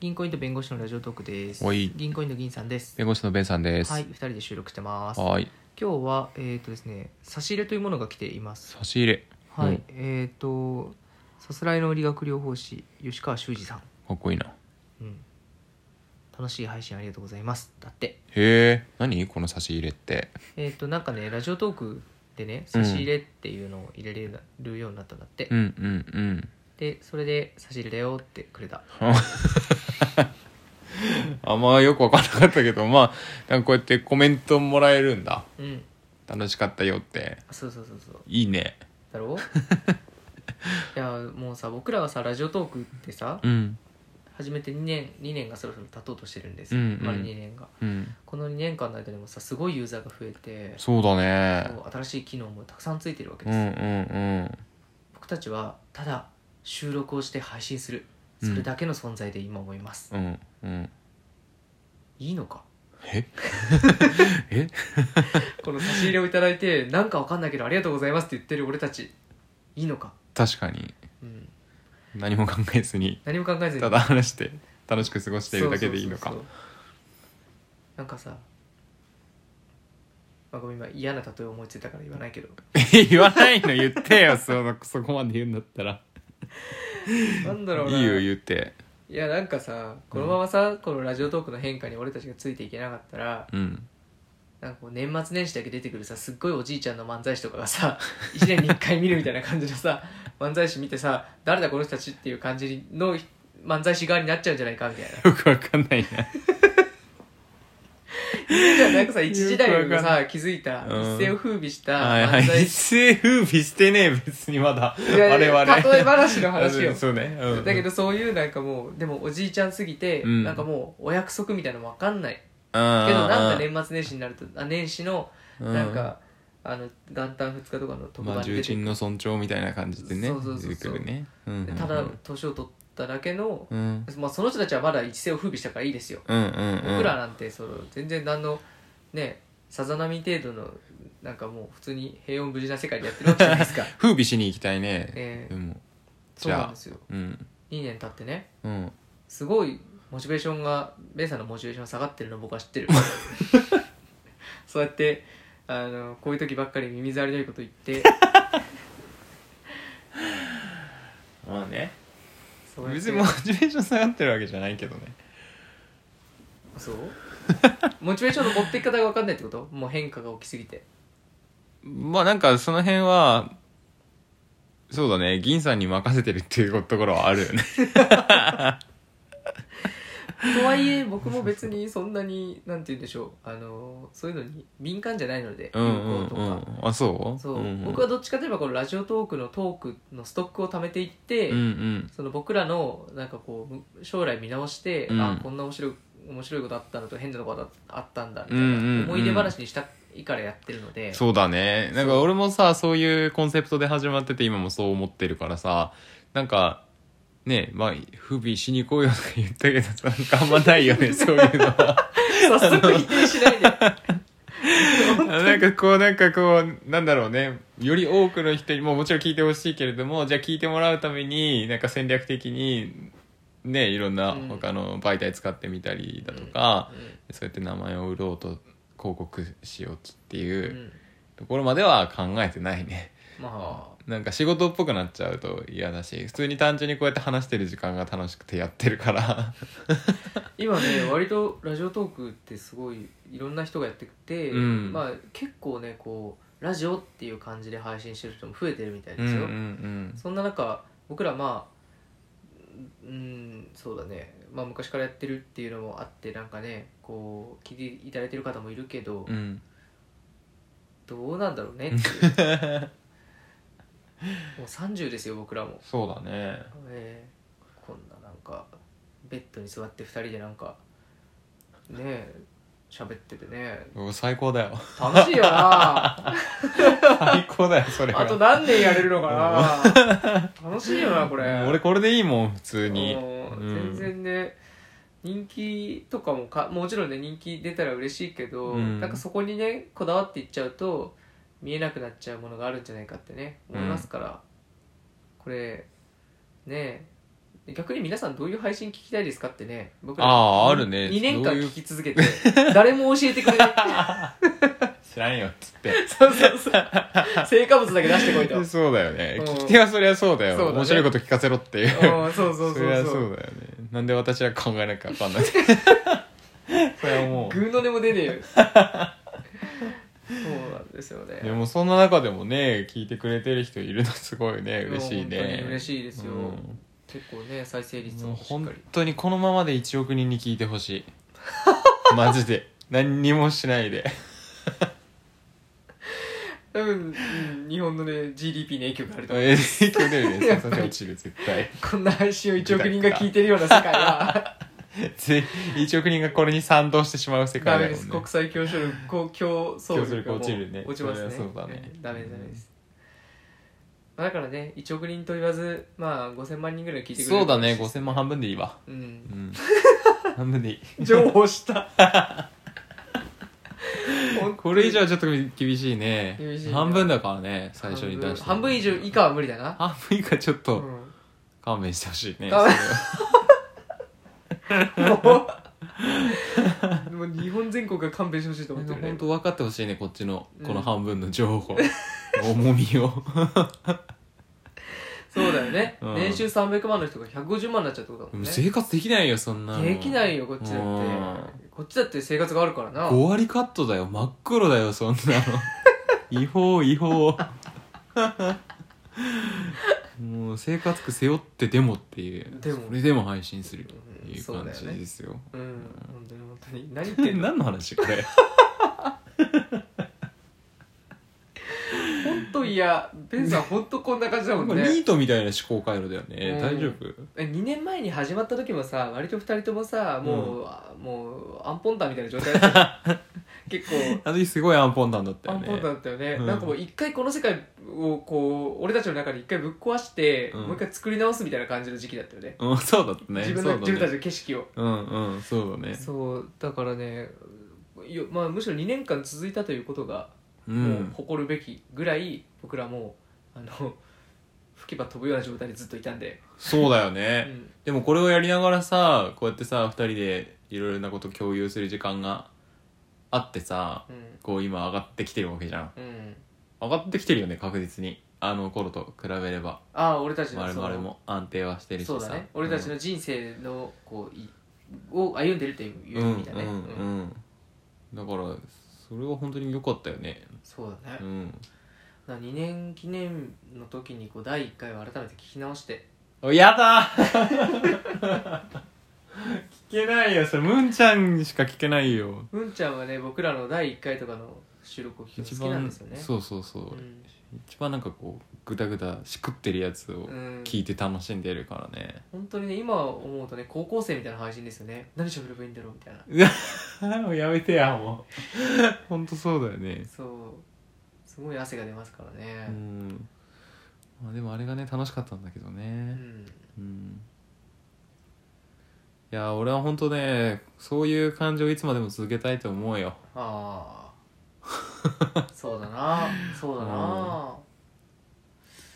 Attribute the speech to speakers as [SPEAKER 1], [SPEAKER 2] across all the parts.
[SPEAKER 1] 銀行員と弁護士のラジオトークです
[SPEAKER 2] おい
[SPEAKER 1] 銀行員の銀さんです
[SPEAKER 2] 弁護士のベンさんです。
[SPEAKER 1] はい二人で収録してます
[SPEAKER 2] はーい。
[SPEAKER 1] 今日はえっ、とですね差し入れというものが来ています
[SPEAKER 2] 差し入れ。
[SPEAKER 1] はい、
[SPEAKER 2] うん
[SPEAKER 1] えっ、とさすらいの理学療法士吉川修司さん、
[SPEAKER 2] かっこいいな。
[SPEAKER 1] うん、楽しい配信ありがとうございますだって
[SPEAKER 2] へえ。何この差し入れって。
[SPEAKER 1] えっ、となんかねラジオトークでね差し入れっていうのを入れれるようになったんだって、
[SPEAKER 2] うんうんうん。
[SPEAKER 1] でそれで差し入れだよってくれた
[SPEAKER 2] あんまよくわかんなかったけど、まあ、なんかこうやってコメントもらえるんだ。
[SPEAKER 1] うん
[SPEAKER 2] 楽しかったよって。
[SPEAKER 1] そうそうそうそう
[SPEAKER 2] いいね。
[SPEAKER 1] だろ いやもうさ僕らはさラジオトークってさ
[SPEAKER 2] うん。
[SPEAKER 1] 始めて2年2年がそろそろ経とうとしてるんです
[SPEAKER 2] う
[SPEAKER 1] よ、
[SPEAKER 2] んうん
[SPEAKER 1] 丸2年が
[SPEAKER 2] うん。
[SPEAKER 1] この2年間の間でもさすごいユーザーが増えて
[SPEAKER 2] そうだね。
[SPEAKER 1] こう新しい機能もたくさんついてるわけ
[SPEAKER 2] う
[SPEAKER 1] で
[SPEAKER 2] ん
[SPEAKER 1] す、
[SPEAKER 2] うんうん。
[SPEAKER 1] 僕たちはただ収録をして配信する
[SPEAKER 2] うん
[SPEAKER 1] それだけの存在で今思います、
[SPEAKER 2] うんうん。
[SPEAKER 1] いいのか
[SPEAKER 2] ええ
[SPEAKER 1] この差し入れをいただいてなんかわかんないけどありがとうございますって言ってる俺たちいいのか、
[SPEAKER 2] 確かに。
[SPEAKER 1] うん、
[SPEAKER 2] 何も考えずに、
[SPEAKER 1] 何も考えずに
[SPEAKER 2] ただ話して、楽しく過ごしているだけでいいのか
[SPEAKER 1] そう。そうそうそうなんかさ、まあ、ごめん今嫌な例えを思いついたから言わないけ ど
[SPEAKER 2] 言わないの言ってよ、そのそこまで言うんだったら。
[SPEAKER 1] なんだろうない
[SPEAKER 2] いよ、言って。
[SPEAKER 1] いやなんかさこのままさ、このラジオトークの変化に俺たちがついていけなかったら
[SPEAKER 2] うん。
[SPEAKER 1] なんかこう年末年始だけ出てくるさすっごいおじいちゃんの漫才師とかが さ1年に1回見るみたいな感じのさ 漫才師見てさ誰だこの人たちっていう感じの漫才師側になっちゃうんじゃないかみたいな
[SPEAKER 2] よくわかんないな。
[SPEAKER 1] じゃあなんかさ一時代の
[SPEAKER 2] よくわかん
[SPEAKER 1] さ気づいた
[SPEAKER 2] うん
[SPEAKER 1] 一世を風靡 した
[SPEAKER 2] はいは
[SPEAKER 1] 漫
[SPEAKER 2] い。
[SPEAKER 1] 才
[SPEAKER 2] 一
[SPEAKER 1] 師
[SPEAKER 2] 世風靡してねえ、別にまだ。
[SPEAKER 1] いや
[SPEAKER 2] 我々。
[SPEAKER 1] 例え話の話よ
[SPEAKER 2] うんそうね。うん
[SPEAKER 1] だけどそういうなんかもうでもおじいちゃんすぎて、
[SPEAKER 2] うん
[SPEAKER 1] なんかもうお約束みたいなの分かんない
[SPEAKER 2] うん
[SPEAKER 1] けどなんか年末年始になるとあ年始の
[SPEAKER 2] うん
[SPEAKER 1] なんか、あの元旦2日とかの特
[SPEAKER 2] ま
[SPEAKER 1] 番
[SPEAKER 2] あ、
[SPEAKER 1] に出
[SPEAKER 2] 重
[SPEAKER 1] て、
[SPEAKER 2] 鎮の尊重みたいな感じでね。
[SPEAKER 1] そうそうそうそう
[SPEAKER 2] 出てくるね。うんうんうん
[SPEAKER 1] ただ年を取っただけの、
[SPEAKER 2] うん。
[SPEAKER 1] まあ、その人たちはまだ一世を風靡したからいいですよ、
[SPEAKER 2] うんうんうん。
[SPEAKER 1] 僕らなんてその全然何のねさざ波程度のなんかもう普通に平穏無事な世界でやってるわけじゃないですか
[SPEAKER 2] 風靡しに行きたいね。
[SPEAKER 1] え
[SPEAKER 2] で
[SPEAKER 1] ー
[SPEAKER 2] も。
[SPEAKER 1] そうなんですよ
[SPEAKER 2] うん。
[SPEAKER 1] 2年経ってね
[SPEAKER 2] うん。
[SPEAKER 1] すごいモチベーションがベンさんのモチベーションが下がってるの僕は知 ってるそうやってあのこういう時ばっかり耳障りのいいこと言って
[SPEAKER 2] まあね。
[SPEAKER 1] そうやって
[SPEAKER 2] 別にモチベーション下がってるわけじゃないけどね。
[SPEAKER 1] そう モチベーションの持っていき方が分かんないってこともう変化が起きすぎて
[SPEAKER 2] まあなんかその辺は、そうだね、銀さんに任せてるっていうところはあるよね。
[SPEAKER 1] とはいえ僕も別にそんなになんて言うんでしょうあのそういうのに敏感じゃないので
[SPEAKER 2] うんうん
[SPEAKER 1] 流行と
[SPEAKER 2] う
[SPEAKER 1] か、
[SPEAKER 2] ん。あ、そう
[SPEAKER 1] そう、
[SPEAKER 2] んん
[SPEAKER 1] 僕はどっちかといえばこのラジオトークのトークのストックを貯めていって、
[SPEAKER 2] うんうん。
[SPEAKER 1] その僕らのなんかこう将来見直して、
[SPEAKER 2] うん
[SPEAKER 1] あこんな面白い面白いことあったのと変なことあったんだみたい
[SPEAKER 2] うん
[SPEAKER 1] な
[SPEAKER 2] うんうん
[SPEAKER 1] 思い出話にしたいからやってるので、
[SPEAKER 2] そうだね。なんか俺もさ、そういうコンセプトで始まってて今もそう思ってるからさ、なんか、ねまあ、不備しに行こうよとか言ったけどさ、なんかあんまない よね、そういうのは。
[SPEAKER 1] 早速否定し ないで
[SPEAKER 2] なんかこう、なんかこう、なんだろうね、より多くの人にももちろん聞いてほしいけれども、じゃあ聞いてもらうために、なんか戦略的に、ね、いろんな
[SPEAKER 1] うん
[SPEAKER 2] 他の媒体使ってみたりだとか、
[SPEAKER 1] う
[SPEAKER 2] そうやって名前を売ろうと広告しようって
[SPEAKER 1] ん
[SPEAKER 2] いううんところまでは考えてないね。
[SPEAKER 1] ま
[SPEAKER 2] なんか仕事っぽくなっちゃうと嫌だし普通に単純にこうやって話してる時間が楽しくてやってるから
[SPEAKER 1] あ今ね割とラジオトークってすごいいろんな人がやってくて、
[SPEAKER 2] うん
[SPEAKER 1] まあ、結構ねこうラジオっていう感じで配信してる人も増えてるみたい
[SPEAKER 2] うん
[SPEAKER 1] で
[SPEAKER 2] う
[SPEAKER 1] す
[SPEAKER 2] ん
[SPEAKER 1] よ、
[SPEAKER 2] うん
[SPEAKER 1] そんな中僕らまあうんそうだね、まあ、昔からやってるっていうのもあってなんかねこう聞いていただいてる方もいるけど、
[SPEAKER 2] うん
[SPEAKER 1] どうなんだろうねっていう もう30ですよ僕らも、
[SPEAKER 2] そうだね
[SPEAKER 1] えーこんななんかベッドに座って2人でなんかねえ喋っててね
[SPEAKER 2] もう最高だよ
[SPEAKER 1] 楽しいよな
[SPEAKER 2] 最高だよそれは
[SPEAKER 1] あと何年やれるのか な楽しいよなこれ
[SPEAKER 2] うん俺これでいいもん普通に
[SPEAKER 1] うん
[SPEAKER 2] う
[SPEAKER 1] 全
[SPEAKER 2] ん
[SPEAKER 1] 然ね人気とかもかもちろんね人気出たら嬉しいけど、
[SPEAKER 2] うん
[SPEAKER 1] なんかそこにねこだわっていっちゃうと見えなくなっちゃうものがあるんじゃないかってね思いますから、これねえで逆に皆さんどういう配信聞きたいですかってね僕
[SPEAKER 2] あーあるね
[SPEAKER 1] 2年
[SPEAKER 2] ど
[SPEAKER 1] 間
[SPEAKER 2] ういう
[SPEAKER 1] 聞き続けて誰も教えてくれ ない
[SPEAKER 2] 知らんよっつって
[SPEAKER 1] そうそうそう 成果物だけ出してこいとうん
[SPEAKER 2] そうだよね
[SPEAKER 1] うん
[SPEAKER 2] 聞き手はそりゃそうだよ
[SPEAKER 1] そうだね
[SPEAKER 2] 面白いこと聞かせろっていう
[SPEAKER 1] そうそうそう
[SPEAKER 2] そ
[SPEAKER 1] そ
[SPEAKER 2] りゃ
[SPEAKER 1] う
[SPEAKER 2] そうだよねなんで私は考えなきゃ分かんない それはも
[SPEAKER 1] ぐうの音も出ねえよそうなんですよね
[SPEAKER 2] うでもそんな中でもね聞いてくれてる人いるの すごいね嬉しい
[SPEAKER 1] もう本当
[SPEAKER 2] ね
[SPEAKER 1] に嬉
[SPEAKER 2] しい
[SPEAKER 1] しいですよ、結構ね再生率
[SPEAKER 2] もう
[SPEAKER 1] もしっ
[SPEAKER 2] 本
[SPEAKER 1] かり
[SPEAKER 2] 当にこのままで1億人に聞いてほしい マジで何にもしないで
[SPEAKER 1] 多分、うん日本のね GDP に影響があると思う
[SPEAKER 2] 影響出るねそ落ちる絶対
[SPEAKER 1] こんな配信を1億人が聞いてるような世界 は
[SPEAKER 2] ぜ1億人がこれに賛同してしまう世
[SPEAKER 1] ダ
[SPEAKER 2] 界
[SPEAKER 1] メ
[SPEAKER 2] だ
[SPEAKER 1] で
[SPEAKER 2] もん
[SPEAKER 1] す
[SPEAKER 2] ね
[SPEAKER 1] 国際競争力こう競争力がもう
[SPEAKER 2] 競争力落ちるね
[SPEAKER 1] 落ちますね
[SPEAKER 2] それはそうだね
[SPEAKER 1] ダメですダメです、まあ、だからね1億人と言わずまあ5000万人ぐらい聞いてくれる
[SPEAKER 2] そうだね5000万半分でいいわ
[SPEAKER 1] う
[SPEAKER 2] うん ん半分でいい
[SPEAKER 1] 譲歩した
[SPEAKER 2] これ以上はちょっと厳しいね
[SPEAKER 1] 厳しいね
[SPEAKER 2] 半分だからね最初に出して
[SPEAKER 1] 半分半分以上以下は無理だな、
[SPEAKER 2] 半分以下ちょっ
[SPEAKER 1] う
[SPEAKER 2] と
[SPEAKER 1] ん
[SPEAKER 2] 勘弁してほしいね、
[SPEAKER 1] 勘弁
[SPEAKER 2] それは
[SPEAKER 1] もうもう日本全国が勘弁してほしいと思ってるね
[SPEAKER 2] 本当分かってほしいねこっちの
[SPEAKER 1] うん
[SPEAKER 2] この半分の情 報、重みを
[SPEAKER 1] そうだよね、
[SPEAKER 2] うん
[SPEAKER 1] 年収300万の人が150万になっちゃうってことだもんね
[SPEAKER 2] 生活できないよそんなの
[SPEAKER 1] できないよこっちだ
[SPEAKER 2] う
[SPEAKER 1] っ
[SPEAKER 2] ん
[SPEAKER 1] てこっちだって生活があるからな
[SPEAKER 2] 5割カットだよ真っ黒だよそんな の違法違法もう生活苦背負ってでもっていう
[SPEAKER 1] でも
[SPEAKER 2] それでも配信するって
[SPEAKER 1] うん
[SPEAKER 2] いう
[SPEAKER 1] そう
[SPEAKER 2] 感
[SPEAKER 1] だよ
[SPEAKER 2] じ
[SPEAKER 1] ね
[SPEAKER 2] ですよ
[SPEAKER 1] うん本当に本当に何言ってんの
[SPEAKER 2] 何の話これ
[SPEAKER 1] 本当いやベンさん本当こんな感じだもん
[SPEAKER 2] なんかニ
[SPEAKER 1] ね
[SPEAKER 2] ートみたいな思考回路だよね、
[SPEAKER 1] うん
[SPEAKER 2] 大丈夫
[SPEAKER 1] 2年前に始まった時もさ割と2人ともさもう、あもうアンポンタンみたいな状態だった じゃん結構
[SPEAKER 2] あの時すごいアンポンタンだった
[SPEAKER 1] ア
[SPEAKER 2] よ
[SPEAKER 1] ン
[SPEAKER 2] ね
[SPEAKER 1] ポンタンだったよね、
[SPEAKER 2] うん
[SPEAKER 1] なんかもう一回この世界をこう俺たちの中で一回ぶっ壊して、
[SPEAKER 2] うん
[SPEAKER 1] もう一回作り直すみたいな感じの時期だったよね
[SPEAKER 2] うんそうだったね
[SPEAKER 1] 自分
[SPEAKER 2] そう
[SPEAKER 1] の
[SPEAKER 2] だ
[SPEAKER 1] 自
[SPEAKER 2] ね
[SPEAKER 1] 分たちの景色を
[SPEAKER 2] うんうんそうだね
[SPEAKER 1] そうだからねいやまあ、むしろ2年間続いたということが、
[SPEAKER 2] う
[SPEAKER 1] もうん誇るべきぐらい僕らもあの吹けば飛ぶような状態でずっといたんで、
[SPEAKER 2] そうだよ
[SPEAKER 1] う
[SPEAKER 2] ね、
[SPEAKER 1] ん、
[SPEAKER 2] でもこれをやりながらさこうやってさ2人でいろいろなこと共有する時間があってさ
[SPEAKER 1] うん
[SPEAKER 2] こう今上がってきてるわけじゃん
[SPEAKER 1] うん、
[SPEAKER 2] 上がってきてるよね確実にあの頃と比べれば
[SPEAKER 1] ああ俺たちの
[SPEAKER 2] 我
[SPEAKER 1] その
[SPEAKER 2] 々も安定はしてるしさ
[SPEAKER 1] そうだね俺たちの人生のこういを歩んでるという意
[SPEAKER 2] うんうん
[SPEAKER 1] 味だね、
[SPEAKER 2] うん
[SPEAKER 1] うん
[SPEAKER 2] うんだからそれは本当に良かったよね
[SPEAKER 1] そうだね、
[SPEAKER 2] うん
[SPEAKER 1] な2年記念の時にこう第1回を改めて聞き直して
[SPEAKER 2] おやだ 聞けないよそれムンちゃんにしか聞けないよ
[SPEAKER 1] うんちゃんはね僕らの第1回とかの収録を聞く
[SPEAKER 2] 一
[SPEAKER 1] の好きなん
[SPEAKER 2] 番
[SPEAKER 1] ですよね
[SPEAKER 2] そうそうそう、
[SPEAKER 1] うん
[SPEAKER 2] 一番なんかこうグダグダしくってるやつを
[SPEAKER 1] うん
[SPEAKER 2] 聞いて楽しんでるからね、
[SPEAKER 1] 本当にね今思うとね高校生みたいな配信ですよね何喋ればいいんだろうみたいな
[SPEAKER 2] もうやめてやもう 本当そうだよね
[SPEAKER 1] そうすごい汗が出ますから
[SPEAKER 2] う
[SPEAKER 1] ね
[SPEAKER 2] ん、まあ、でもあれがね楽しかったんだけど
[SPEAKER 1] う
[SPEAKER 2] ね
[SPEAKER 1] ん
[SPEAKER 2] うん、いや俺は本当ねそういう感情をいつまでも続けたいと思うよ
[SPEAKER 1] ああそうだなそうだな、
[SPEAKER 2] うん
[SPEAKER 1] あ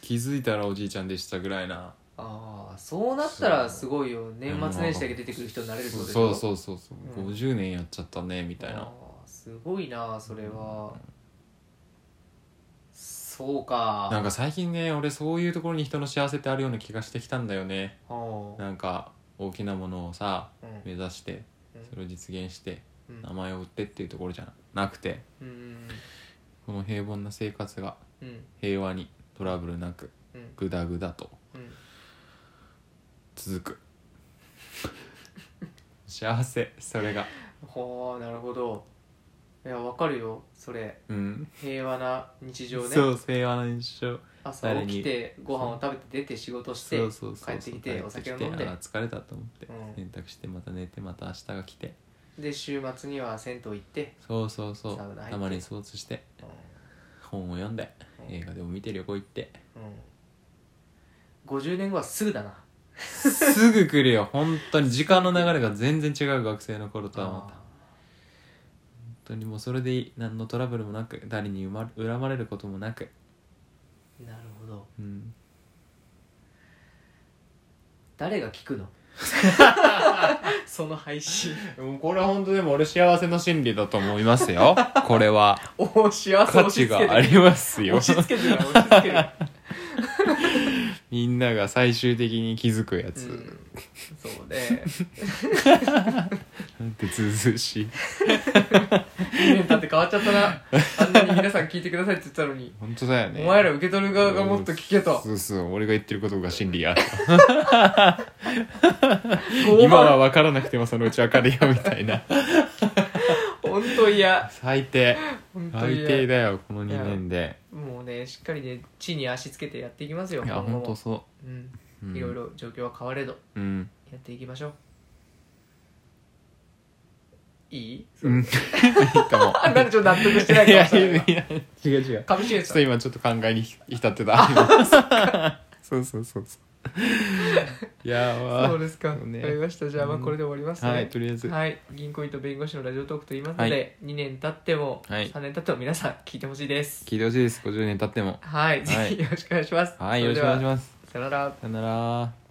[SPEAKER 2] 気づいたらおじいちゃんでしたぐらいな
[SPEAKER 1] あそうなったらすごいよ年末年始だけ出てくる人になれるってことでしょ
[SPEAKER 2] そうそうそうそう、
[SPEAKER 1] うん
[SPEAKER 2] 50年やっちゃったねみたい
[SPEAKER 1] あ
[SPEAKER 2] な
[SPEAKER 1] ーすごいなそれは、そうか
[SPEAKER 2] なんか最近ね俺そういうところに人の幸せってあるような気がしてきたんだよね
[SPEAKER 1] あー
[SPEAKER 2] なんか大きなものをさ
[SPEAKER 1] うん
[SPEAKER 2] 目指して
[SPEAKER 1] うん
[SPEAKER 2] それを実現して
[SPEAKER 1] うん
[SPEAKER 2] 名前を売ってっていうところじゃなくて
[SPEAKER 1] うん
[SPEAKER 2] この平凡な生活が
[SPEAKER 1] うん
[SPEAKER 2] 平和にトラブルなく
[SPEAKER 1] うん
[SPEAKER 2] グダグダと
[SPEAKER 1] うん
[SPEAKER 2] 続 く幸せそれが
[SPEAKER 1] ほうなるほどいやわかるよそれ
[SPEAKER 2] うん、
[SPEAKER 1] 平和な日常ね
[SPEAKER 2] そう平和な日常
[SPEAKER 1] 朝起きてご飯を食べて出て仕事して
[SPEAKER 2] そうそうそう
[SPEAKER 1] 帰ってきてお酒を飲ん
[SPEAKER 2] 帰
[SPEAKER 1] で
[SPEAKER 2] ってきてあー疲れたと思って、
[SPEAKER 1] うん
[SPEAKER 2] 洗濯してまた寝てまた明日が来て
[SPEAKER 1] で週末には銭湯行って、
[SPEAKER 2] そうそうそう
[SPEAKER 1] サウナ入って
[SPEAKER 2] たまにスポーツして
[SPEAKER 1] う
[SPEAKER 2] 本を読んで
[SPEAKER 1] うん
[SPEAKER 2] 映画でも見て旅行行って
[SPEAKER 1] んうん、50年後はすぐだな
[SPEAKER 2] すぐ来るよ本当に時間の流れが全然違う学生の頃とはまた本当にもうそれでいい何のトラブルもなく誰にうま恨まれることもなく
[SPEAKER 1] あーなるほど
[SPEAKER 2] うん
[SPEAKER 1] 誰が聞くの その配信
[SPEAKER 2] もうこれは本当でも俺幸せの心理だと思います よこれは
[SPEAKER 1] おー幸せ押
[SPEAKER 2] 価値
[SPEAKER 1] し付け
[SPEAKER 2] があ
[SPEAKER 1] て
[SPEAKER 2] ります
[SPEAKER 1] る
[SPEAKER 2] よ
[SPEAKER 1] 押し付けてる押し付けてる
[SPEAKER 2] みんなが最終的に気づくやつ、
[SPEAKER 1] うんそうね
[SPEAKER 2] なんてずうずうしい
[SPEAKER 1] 2年経って変わっちゃったなあんなに皆さん聞いてくださいって言ってたのに
[SPEAKER 2] 本当だよね
[SPEAKER 1] お前ら受け取る側がもっと聞けと
[SPEAKER 2] そうそう俺が言ってることが真 理や
[SPEAKER 1] 傲
[SPEAKER 2] 今は
[SPEAKER 1] 慢
[SPEAKER 2] 分からなくてもそのうち分かるよみたいな
[SPEAKER 1] 本当嫌
[SPEAKER 2] 最低
[SPEAKER 1] 本当
[SPEAKER 2] 最低
[SPEAKER 1] 嫌
[SPEAKER 2] だよこの2年で
[SPEAKER 1] もうねしっかりね地に足つけてやっていきますよ
[SPEAKER 2] いや
[SPEAKER 1] 今後も
[SPEAKER 2] 本当そうう、
[SPEAKER 1] んいろいろ状況は変われど
[SPEAKER 2] うん
[SPEAKER 1] やっていきましょういい
[SPEAKER 2] うんいいと思う
[SPEAKER 1] あなんでちょっと納得してない
[SPEAKER 2] い
[SPEAKER 1] か
[SPEAKER 2] や
[SPEAKER 1] もしれ
[SPEAKER 2] い
[SPEAKER 1] ない
[SPEAKER 2] やいや違う違う
[SPEAKER 1] 上重
[SPEAKER 2] ちょっ
[SPEAKER 1] さ
[SPEAKER 2] と
[SPEAKER 1] ん
[SPEAKER 2] 今ちょっと考えに浸ってたそうそうそうそういや
[SPEAKER 1] そ
[SPEAKER 2] ば
[SPEAKER 1] うですかわか
[SPEAKER 2] そうね
[SPEAKER 1] りましたじゃあまあ
[SPEAKER 2] うん
[SPEAKER 1] これで終わります
[SPEAKER 2] はい
[SPEAKER 1] ね
[SPEAKER 2] とりあえず
[SPEAKER 1] はい銀行員と弁護士のラジオトークと言いますの
[SPEAKER 2] は
[SPEAKER 1] で2年経っても
[SPEAKER 2] はい
[SPEAKER 1] 3年経っても皆さん聞いてほしいです
[SPEAKER 2] 聞いてほしいです50年経っても
[SPEAKER 1] はい、ぜ
[SPEAKER 2] はい
[SPEAKER 1] ひよろしくお願いします。
[SPEAKER 2] はいよろしくお願いし
[SPEAKER 1] ま
[SPEAKER 2] ます
[SPEAKER 1] す。さよなら。
[SPEAKER 2] さよなら